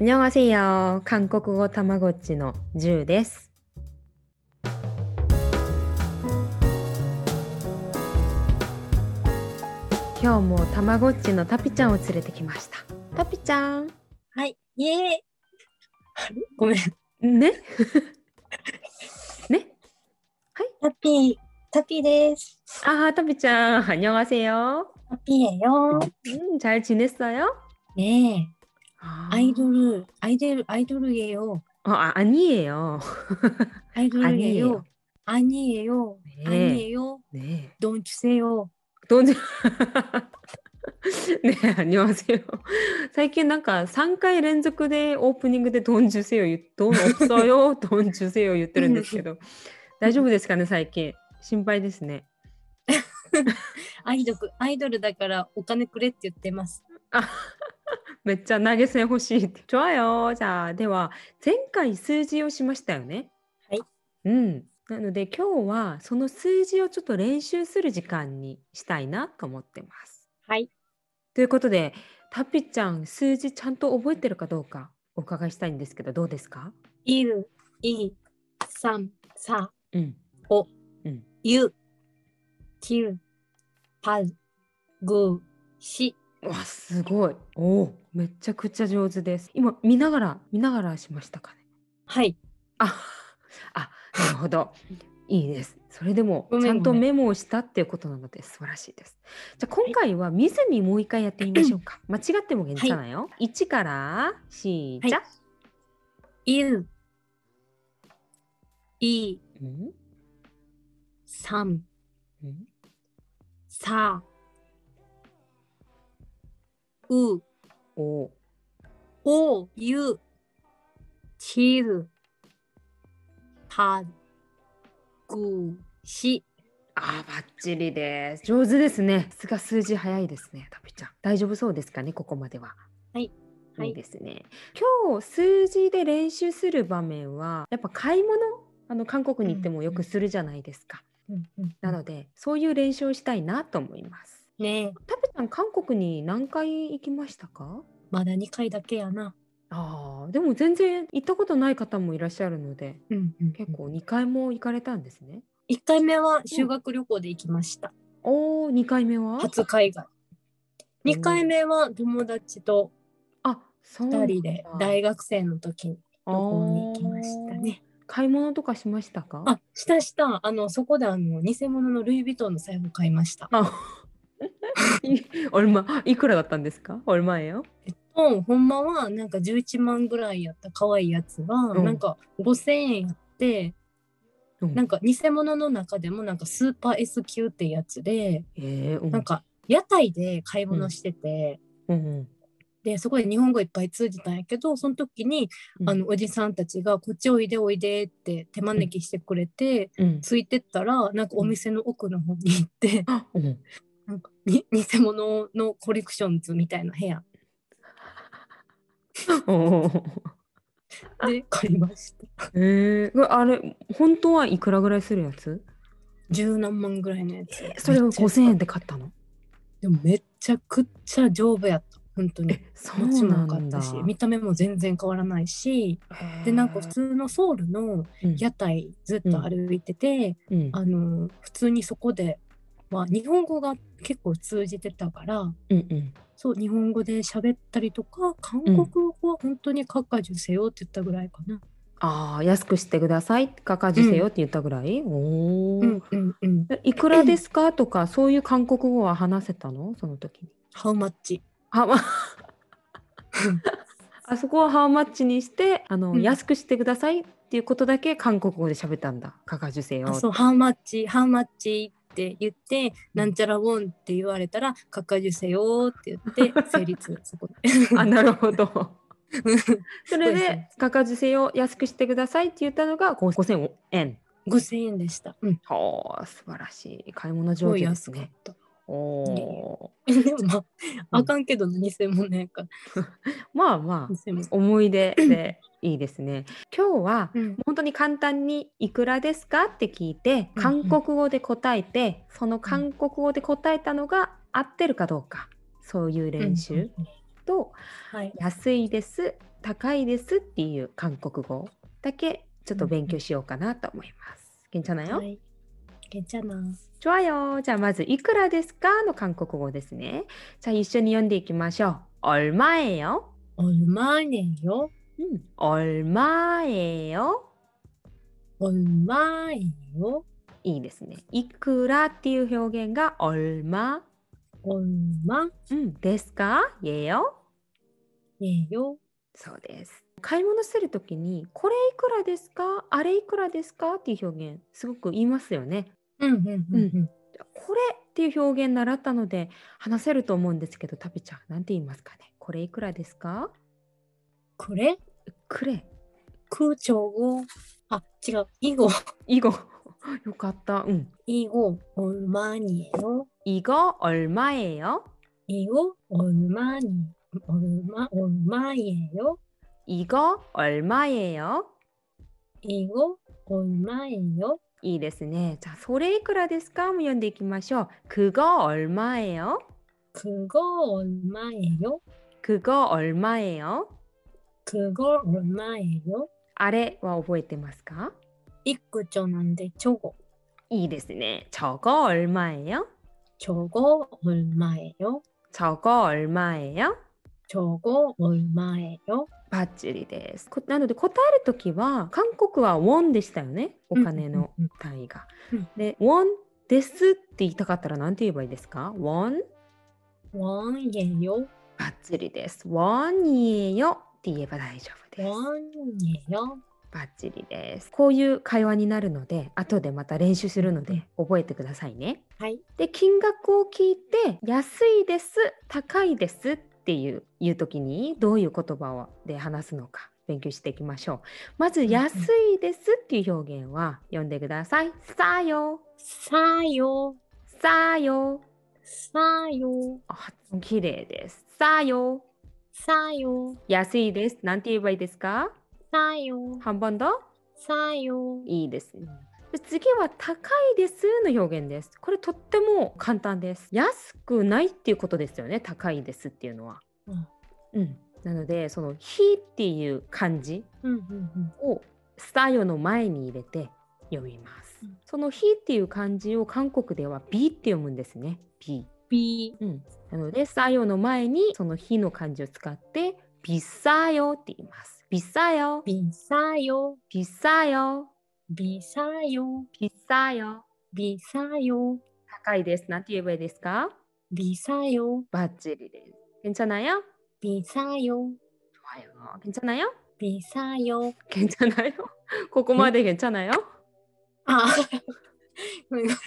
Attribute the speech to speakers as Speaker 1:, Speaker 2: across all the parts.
Speaker 1: 안녕하세요韓国語たまごっちのジュウです。今日もたまごっちのタピちゃんを連れてきました。タピちゃん。
Speaker 2: はい、イエーイごめん。
Speaker 1: ねね
Speaker 2: タピー、タピーです。
Speaker 1: あータピちゃん、안녕하세よ。
Speaker 2: タピーよ。
Speaker 1: 음, 잘 지냈어요?
Speaker 2: 네,
Speaker 1: 아,
Speaker 2: 아이돌, 아이돌, 아이돌이에요.
Speaker 1: 어, 아, 아니에요. 아니에요.
Speaker 2: 아이돌이에요. 아니에요.
Speaker 1: 네.
Speaker 2: 아니에요.
Speaker 1: 네.
Speaker 2: 돈 주세요.
Speaker 1: 돈 주... 네, 안녕하세요. 최근 뭔가 3回 연속でオープニングで돈 주세요. 유- 돈 없어요. 돈 주세요. 言ってるんですけど.大丈夫ですかね、最近。心配ですね。
Speaker 2: アイドル、アイドルだからお金くれって言ってます。
Speaker 1: めっちゃ投げ銭欲しいって。 좋아요. 자, では前回数字をしましたよね。
Speaker 2: はい。
Speaker 1: うん。なので今日はその数字をちょっと練習する時間にしたいなと思ってます。
Speaker 2: はい。
Speaker 1: ということで、タピちゃん数字ちゃんと覚えてるかどうかお伺いしたいんですけど、どうですか？
Speaker 2: いる、い、さん、さ、
Speaker 1: うん。
Speaker 2: ゆ、きゅ、ぱ、ぐ、し。
Speaker 1: うわ、すごい。おお、めちゃくちゃ上手です。今見ながら見ながらしましたかね？
Speaker 2: はい。
Speaker 1: あ、あ、なるほど。いいです。それでも
Speaker 2: ご
Speaker 1: ち
Speaker 2: めん
Speaker 1: ゃんと
Speaker 2: ごめん
Speaker 1: メモをしたっていうことなので素晴らしいです。じゃあ今回は見ずにもう一回やってみましょうか。間違っても괜찮아요。1からしーちゃん。
Speaker 2: いる、い、
Speaker 1: うん
Speaker 2: さん、
Speaker 1: うん
Speaker 2: さう
Speaker 1: お
Speaker 2: おゆちるたぐし
Speaker 1: あーバッチリです。上手ですね。さすが数字早いですね、タピちゃん。大丈夫そうですかね、ここまでは。
Speaker 2: はい。はい
Speaker 1: いいですね。今日数字で練習する場面は、やっぱ買い物、あの韓国に行ってもよくするじゃないですか。なので、そういう練習をしたいなと思います。
Speaker 2: ねえ
Speaker 1: タペちゃん、韓国に何回行きましたか
Speaker 2: まだ2回だけやな、
Speaker 1: ああ、でも全然行ったことない方もいらっしゃるので、
Speaker 2: うんうん
Speaker 1: 結構2回も行かれたんですね。
Speaker 2: 1回目は修学旅行で行きました、
Speaker 1: おお、2回目は
Speaker 2: 初海外
Speaker 1: うん
Speaker 2: 2回目は友達と
Speaker 1: あ、そう
Speaker 2: 2人で大学生の時に
Speaker 1: 旅
Speaker 2: 旅行に行きました。ね
Speaker 1: 買い物とかしましたか
Speaker 2: あしたしたあのそこであの偽物のルイ・ヴィトンの財布買いました
Speaker 1: あ い얼마いくらだったんですか얼마예요
Speaker 2: うん、ほんまはなんか11万ぐらいやった可愛いやつが、
Speaker 1: ん
Speaker 2: なんか5000円やって
Speaker 1: うん
Speaker 2: なんか偽物の中でもなんかスーパー S 級ってやつで、
Speaker 1: えーう
Speaker 2: なんか屋台で買い物してて、
Speaker 1: うんうん
Speaker 2: でそこで日本語いっぱい通じたんやけどその時に、
Speaker 1: うん
Speaker 2: あのおじさんたちが「こっちおいでおいで」って手招きしてくれて、
Speaker 1: うん
Speaker 2: ついてったらなんかお店の奥の方に行って、
Speaker 1: あうん
Speaker 2: なんか に偽物のコレクションズみたいな部屋
Speaker 1: おー
Speaker 2: で買いました。
Speaker 1: えー、あれ本当はいくらぐらいするやつ
Speaker 2: 十何万ぐらいのやつ。
Speaker 1: それを
Speaker 2: めっちゃ
Speaker 1: 5000円で買ったの
Speaker 2: でもめちゃくちゃ丈夫やった本当に
Speaker 1: えそ
Speaker 2: 持ち
Speaker 1: う
Speaker 2: も
Speaker 1: な
Speaker 2: 良か
Speaker 1: ん
Speaker 2: っ
Speaker 1: だ
Speaker 2: たし見た目も全然変わらないしでなんか普通のソウルの
Speaker 1: うん
Speaker 2: 屋台ずっと歩いてて、
Speaker 1: うん
Speaker 2: あの普通にそこでは日本語が結構通じてたから
Speaker 1: うんうん
Speaker 2: そう日本語で喋ったりとか韓国語は本当に「カッカジュセヨ」って言ったぐらいかな。
Speaker 1: ああ安くしてくださいかかじせよって言ったぐらい、おお、
Speaker 2: うんうんうん。
Speaker 1: えいくらですかとかそういう韓国語は話せたのその時に
Speaker 2: ハウマッチ。
Speaker 1: あ、まあ、 あそこはハウマッチにしてあの、
Speaker 2: うん
Speaker 1: 安くしてくださいっていうことだけ韓国語で喋ったんだ。かかじせよ。
Speaker 2: あそう、ハウマッチ、ハウマッチって言って、なんちゃらウォンって言われたら、かかじゅせよーって言 って、成立、そこで。
Speaker 1: あなるほ ど。それ
Speaker 2: そうです
Speaker 1: で
Speaker 2: ね
Speaker 1: かかじせよ安くしてくださいって言ったのがこう5000円。
Speaker 2: 5000円でした。うん、
Speaker 1: はあ素晴らしい買い物
Speaker 2: す
Speaker 1: 上
Speaker 2: ごい
Speaker 1: 手です
Speaker 2: 安かっ
Speaker 1: ね。
Speaker 2: た。
Speaker 1: お
Speaker 2: いえい
Speaker 1: お
Speaker 2: でも、まあ、あかんけどな、偽物やから。
Speaker 1: まあまあ
Speaker 2: 偽物。
Speaker 1: 思い出でいいですね。今日は
Speaker 2: うん、
Speaker 1: 本当に簡単に「いくらですか?」って聞いて
Speaker 2: うん
Speaker 1: 韓国語で答えて、その韓国語で答えたのが合ってるかどうかそういう練習と
Speaker 2: はい。
Speaker 1: 安いです高いですっていう韓国語だけちょっと勉強しようかなと思います。괜찮아요
Speaker 2: はい。괜찮아
Speaker 1: 좋아요じゃあまずいくらですかの韓国語ですね。じゃあ一緒に読んでいきましょう。얼마예요
Speaker 2: 얼마예요
Speaker 1: うん、얼마예요
Speaker 2: 얼마예요
Speaker 1: いいですね。いくらっていう表現が얼마、
Speaker 2: 얼마
Speaker 1: うん、ですか예요
Speaker 2: 예요
Speaker 1: そうです。買い物するときにこれいくらですかあれいくらですかっていう表現すごく言いますよね。
Speaker 2: うんうんうんうん。
Speaker 1: これっていう表現習ったので話せると思うんですけどタピちゃんなんて言いますかねこれいくらですか
Speaker 2: これ
Speaker 1: くれ
Speaker 2: 空調語。あ、違う。以後。
Speaker 1: 以後 よかったうん
Speaker 2: 以後、얼마예요
Speaker 1: 以後얼마예요
Speaker 2: 以後、얼마니 얼마얼마예요
Speaker 1: 以後얼마예요
Speaker 2: 以後、얼마예요
Speaker 1: いいですねじゃあそれいくらですかも読んでいきましょう그거얼마예요
Speaker 2: 그거얼마예요
Speaker 1: 그거얼마예요
Speaker 2: 그거얼마예요
Speaker 1: あれは覚えてますか
Speaker 2: 이구조난데저거
Speaker 1: いいですね저거얼마예요
Speaker 2: 저거얼마예요
Speaker 1: 저거얼마예요
Speaker 2: 저거얼마예요
Speaker 1: バッチリです。こなので答えるときは韓国はウォンでしたよね
Speaker 2: 음,
Speaker 1: お金の
Speaker 2: うんうん
Speaker 1: 単位が。
Speaker 2: うん
Speaker 1: でウォンですって言いたかったら何て言えばいいですかウォン
Speaker 2: 원예요
Speaker 1: バッチリです。ウォンにえよって言えば大丈夫です。
Speaker 2: 원예요
Speaker 1: バッチリです。こういう会話になるので後でまた練習するので覚えてくださいね。
Speaker 2: はい
Speaker 1: で金額を聞いて安いです高いですっていう言う時にどういう言葉をで話すのか勉強していきましょうまず「
Speaker 2: ん
Speaker 1: 安いです」っていう表現は読んでください「さよ
Speaker 2: 사요」
Speaker 1: 「さよ
Speaker 2: 사요」
Speaker 1: あ発音綺麗です「さよ
Speaker 2: 사요」
Speaker 1: 「安いです」なんて言えばいいですか
Speaker 2: 사요
Speaker 1: 半分だ
Speaker 2: 사요
Speaker 1: いいですねで次は「高いです」の表現ですこれとっても簡単です安くないっていうことですよね高いですっていうのはうん、なのでその「ひ」っていう漢字
Speaker 2: うんうんうん
Speaker 1: をスタイオの前に入れて読みます。
Speaker 2: うん
Speaker 1: その「ひ」っていう漢字を韓国では「び」って読むんですね。び。
Speaker 2: B
Speaker 1: うん、なのでスタイオの前にその「ひ」の漢字を使って「びさよ」って言います。びさよ。
Speaker 2: 비싸요
Speaker 1: びさよ。
Speaker 2: 비싸요
Speaker 1: びさよ。
Speaker 2: 비싸요
Speaker 1: 高いです。なんて言えばいいですか
Speaker 2: 비싸요
Speaker 1: バッチリです。괜찮아요
Speaker 2: 비싸요
Speaker 1: 좋아요괜찮아요
Speaker 2: 비싸요
Speaker 1: 괜찮아요 ここまで괜찮아요
Speaker 2: あ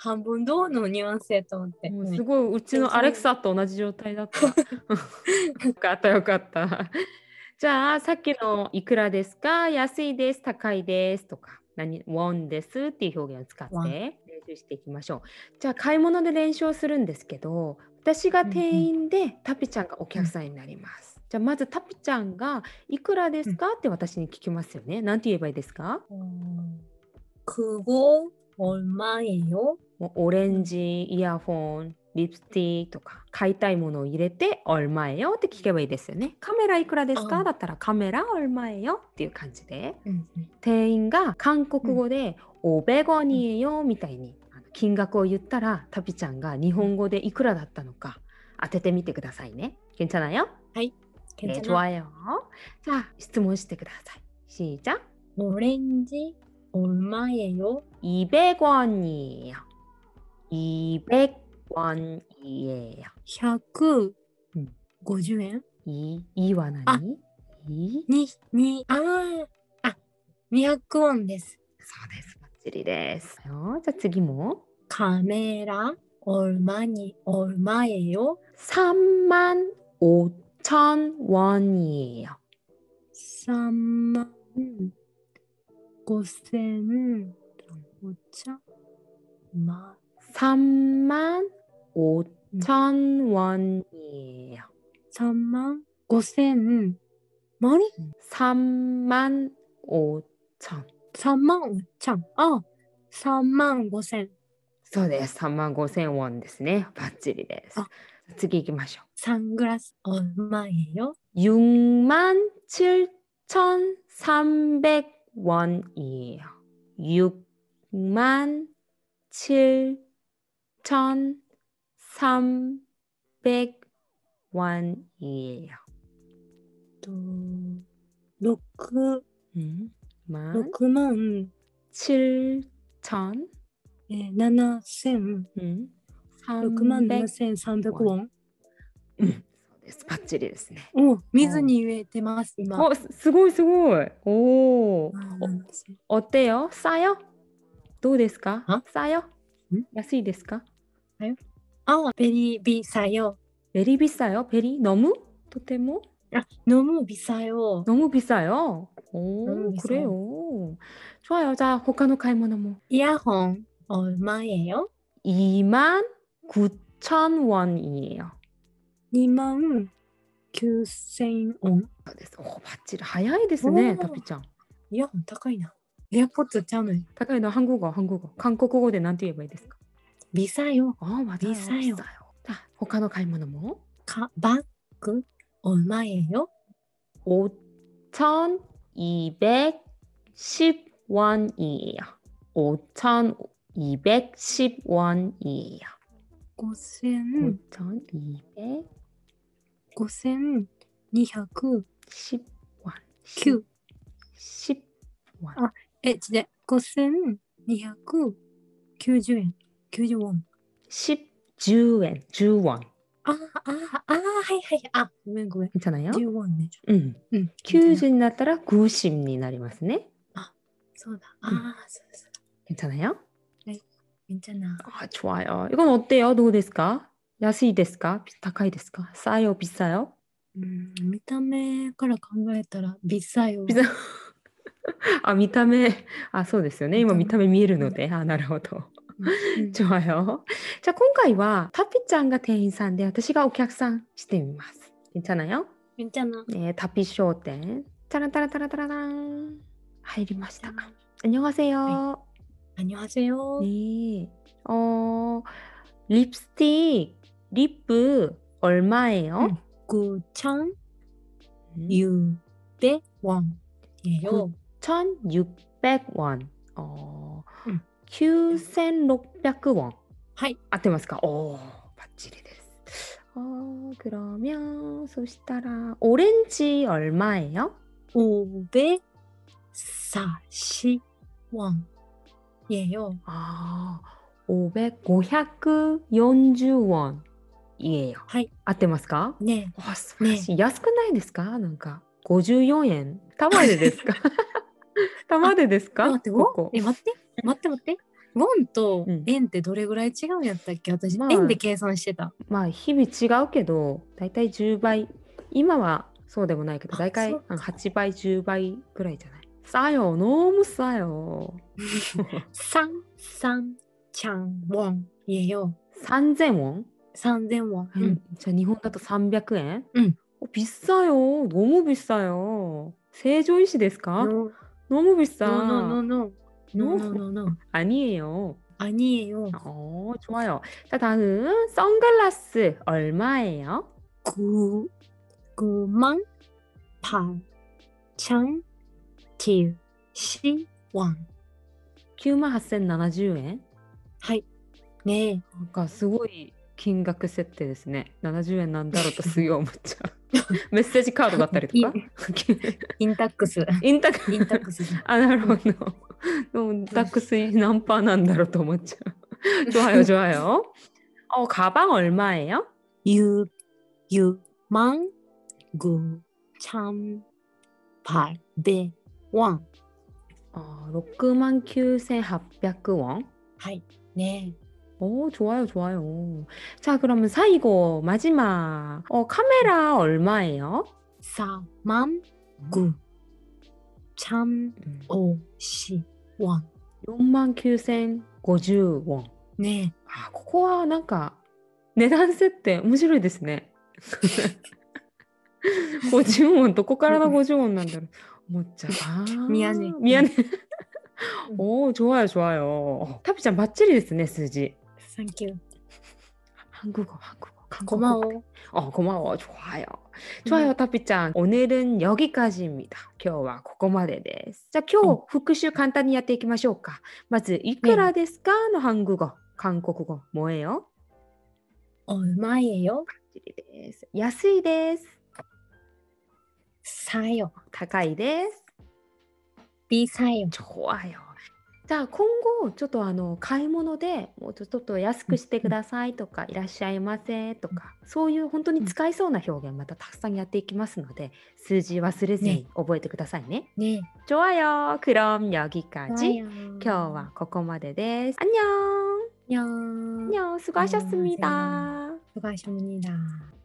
Speaker 2: 半分どのニュアンスやと思って。
Speaker 1: もうすごいうちのアレクサと同じ状態だった。よかったよかった。 じゃあさっきのいくらですか安いです高いですとか何ウォンですっていう表現を使って
Speaker 2: ウォン
Speaker 1: 練習していきましょう。じゃあ買い物で練習をするんですけど私が店員でタピちゃんがお客さんになります。じゃあまずタピちゃんがいくらですかって私に聞きますよね。なんて言えばいいですか
Speaker 2: 그거얼마예요
Speaker 1: もうオレンジイヤホンリプスティとか買いたいものを入れて「オルマエよ」って聞けばいいですよね。カメラいくらです
Speaker 2: う
Speaker 1: か
Speaker 2: ん
Speaker 1: だったら「カメラオルマエよ」っていう感じで
Speaker 2: うん
Speaker 1: 店員が韓国語で「オベゴニエよ」みたいにあの金額を言ったらタピちゃんが日本語でいくらだったのか当ててみてくださいね。괜찮아요
Speaker 2: 괜찮
Speaker 1: 네、
Speaker 2: 아
Speaker 1: 좋아요じゃあ質問してください。しーちゃん。
Speaker 2: 오렌지 얼마예요?
Speaker 1: 200원이에요. 200원이에요.
Speaker 2: 150円
Speaker 1: いいは
Speaker 2: あ
Speaker 1: 何いい
Speaker 2: に、に、あーあ、200ウォンです。
Speaker 1: そうです。バッチリです。よじゃあ次も。
Speaker 2: カメラ얼마니 얼마예요
Speaker 1: 3万5千ウォン이에요。
Speaker 2: 3만 5천 5천 마
Speaker 1: 3万5千ウォン이에요。
Speaker 2: 3만 5천 머리
Speaker 1: 3万5千。
Speaker 2: 3만 5천 아 3만 5천
Speaker 1: そうです。3万5千ウォンですね。バッチリです。
Speaker 2: あ
Speaker 1: 次行きましょう。
Speaker 2: 선글라스 얼마예요?
Speaker 1: 6만 7,300원이에요. 6만 7,300원이에요.
Speaker 2: 또 6,
Speaker 1: 6만
Speaker 2: 6만
Speaker 1: 7,000
Speaker 2: えー7,000
Speaker 1: うん
Speaker 2: 6万
Speaker 1: 300
Speaker 2: 7300ウォン。
Speaker 1: うんそうです。バッチリですね。
Speaker 2: お見ずに言えてます、今。
Speaker 1: お、すすごいすごい。おお。お手よ。さよ。どうですか
Speaker 2: あ
Speaker 1: さよ
Speaker 2: ん。
Speaker 1: 安いですか
Speaker 2: あ、ベリービサヨ。
Speaker 1: 베리 비싸요. 베리 너무? 또 때문?
Speaker 2: あ、飲むビサヨ。
Speaker 1: 너무 비싸요. 오,
Speaker 2: 너무 비싸요.
Speaker 1: 그래요. 좋아요. 자, 호카노 카이모노 뭐.
Speaker 2: イヤホン、얼마예요
Speaker 1: 2만 9천 원이에요.
Speaker 2: 2万9000ウォン。
Speaker 1: 아, 오, 맞지. 하야이 됐네,
Speaker 2: 오.
Speaker 1: 다피짱.
Speaker 2: イヤホン高いな。エアポッドちゃうのよ。
Speaker 1: 다카이 너 한국어, 한국어. 한국어로 난 뒤에 봐야 됐을까?
Speaker 2: ビサヨ。
Speaker 1: 아, 맞아요.
Speaker 2: 비싸요.
Speaker 1: 자, 호카노 카이모노 뭐.
Speaker 2: かバッグ、얼마예요
Speaker 1: 5,210원이에요. 5,210원이에요.
Speaker 2: 5200、
Speaker 1: 5,210원.
Speaker 2: 5209。
Speaker 1: 10원.
Speaker 2: あえ、違う。5290円。90ウォン。
Speaker 1: 10, 10엔, 10원.
Speaker 2: あーあーあーはいはいあごめんごめん
Speaker 1: 괜찮아요?
Speaker 2: 1 5ね
Speaker 1: 응.
Speaker 2: うん90
Speaker 1: 90이 났더라 90이 나리마스네.
Speaker 2: そうだあ
Speaker 1: うん
Speaker 2: あそうそう
Speaker 1: 괜찮아요?
Speaker 2: 괜찮아
Speaker 1: 아, 좋아요. 이건 어때요? どうですか? 야스이 ですか? 비타카이 ですか? 싸요, 비싸요?
Speaker 2: うん見た目から考えたらビサよ
Speaker 1: ビサ 아, 미타메. 아, そうですよね. 이거 미타메 見えるので. 아, なるほど.
Speaker 2: うん
Speaker 1: 좋아요じゃあ今回はタピちゃんが店員さんで私がお客さんしてみます。괜찮아요
Speaker 2: 괜찮아
Speaker 1: 네, 다피 쇼텐 짜란따란따란따란 하이리마시다. 안녕하세요.
Speaker 2: 안녕하세요
Speaker 1: 네. 어, 립스틱, 립 얼마예요?
Speaker 2: 음. 9600
Speaker 1: 음,
Speaker 2: 원예요
Speaker 1: 9,600원. 어,
Speaker 2: 음.
Speaker 1: 9,600원.
Speaker 2: 하이.
Speaker 1: 아테마스카. 오, 바찌리 됐어. 어, 그러면 소시타라 오렌지 얼마예요?
Speaker 2: 540원예요
Speaker 1: 아, 500, 540원 이에요.
Speaker 2: はい。
Speaker 1: 合ってますか
Speaker 2: ね
Speaker 1: 와, 素晴らしい。安くないですか? 뭔가 54엔. たまでですか?たまでですか?
Speaker 2: 待ってウォン
Speaker 1: ここ。
Speaker 2: え待って待って待ってウォンと
Speaker 1: うん
Speaker 2: 円ってどれぐらい違うんやったっけ私、
Speaker 1: まあ
Speaker 2: 円で計算してた
Speaker 1: まあ、日々違うけど、だいたい10倍。今はそうでもないけど、
Speaker 2: あ、
Speaker 1: だいたい、
Speaker 2: そうか。
Speaker 1: うん、8倍、10倍 ぐらいじゃない。さよ、너무싸요.
Speaker 2: 三三ちゃんウォン言えよ。
Speaker 1: 3000원?
Speaker 2: 三千ウォン。
Speaker 1: 음, 자, 일본 다도 300엔?
Speaker 2: 응.
Speaker 1: 어, 비싸요. 너무 비싸요. 세조이시ですか?
Speaker 2: No,
Speaker 1: 너무 비싸.
Speaker 2: no, no, no, no, no, no, no.
Speaker 1: 아니에요.
Speaker 2: 아니에요.
Speaker 1: 어, 좋아요. 자, 다음 선글라스 얼마예요?
Speaker 2: 구, 구만 팔, 천, 칠, 시, 원.
Speaker 1: 98,070엔.
Speaker 2: はい。ね
Speaker 1: 그러니까 すごい金額設定ですね. 70엔 난다로 또 수요 문자. 메시지 카드 だったりとか?
Speaker 2: え、インタック ス。
Speaker 1: 인터
Speaker 2: インタックスじゃん。
Speaker 1: 아, 나로는 너무 닥스이 난파난다로 또 맞죠. 좋아요, 좋아요. 어, 가방 얼마예요?
Speaker 2: ゆ、ゆ、まん、ぐ、ちゃん、ぱ、べ、わん。
Speaker 1: 어, 6만 9,800원.
Speaker 2: はい。ね
Speaker 1: 오, 어, 좋아요, 좋아요. 자, 그러면 사이고 마지막. 어, 카메라 얼마예요?
Speaker 2: さまんぐちゃん
Speaker 1: 음.
Speaker 2: おしわん
Speaker 1: 4만 9,050원.
Speaker 2: ね
Speaker 1: 아, ここはなんか値段設定面白いですね。50音どこからの50音なんだろう思っち ゃう。あー
Speaker 2: 미안해.
Speaker 1: 미안해.
Speaker 2: 응.
Speaker 1: 오, 좋아요, 좋아요. 타피짱 맞질이 됐네, 수지.
Speaker 2: え。サンキュー。
Speaker 1: 한국어, 한국어. 韓国
Speaker 2: 고마
Speaker 1: 어
Speaker 2: 워
Speaker 1: 어, 고마워. 좋아요. 좋아요, 타피짱. 오늘은 여기까지입니다.今日はここまでです。じゃあ今日、復習簡単にやっていきましょうか。まず、いくらですかの韓国語。韓国語、뭐예요
Speaker 2: 얼마예요
Speaker 1: です。安いです。
Speaker 2: 사요
Speaker 1: 高いです。
Speaker 2: 비싸요
Speaker 1: 좋아요。じゃあ今後ちょっとあの買い物でもうちょっと安くしてくださいとか、いらっしゃいませとかそういう本当に使いそうな表現またたくさんやっていきますので数字忘れずに覚えてくださいね。
Speaker 2: 네
Speaker 1: 좋아요クロム여기까지
Speaker 2: 좋아요.
Speaker 1: 今日はここまでです。あんにょん
Speaker 2: 안녕
Speaker 1: 안녕수고하셨습니다
Speaker 2: 수고하셨습니다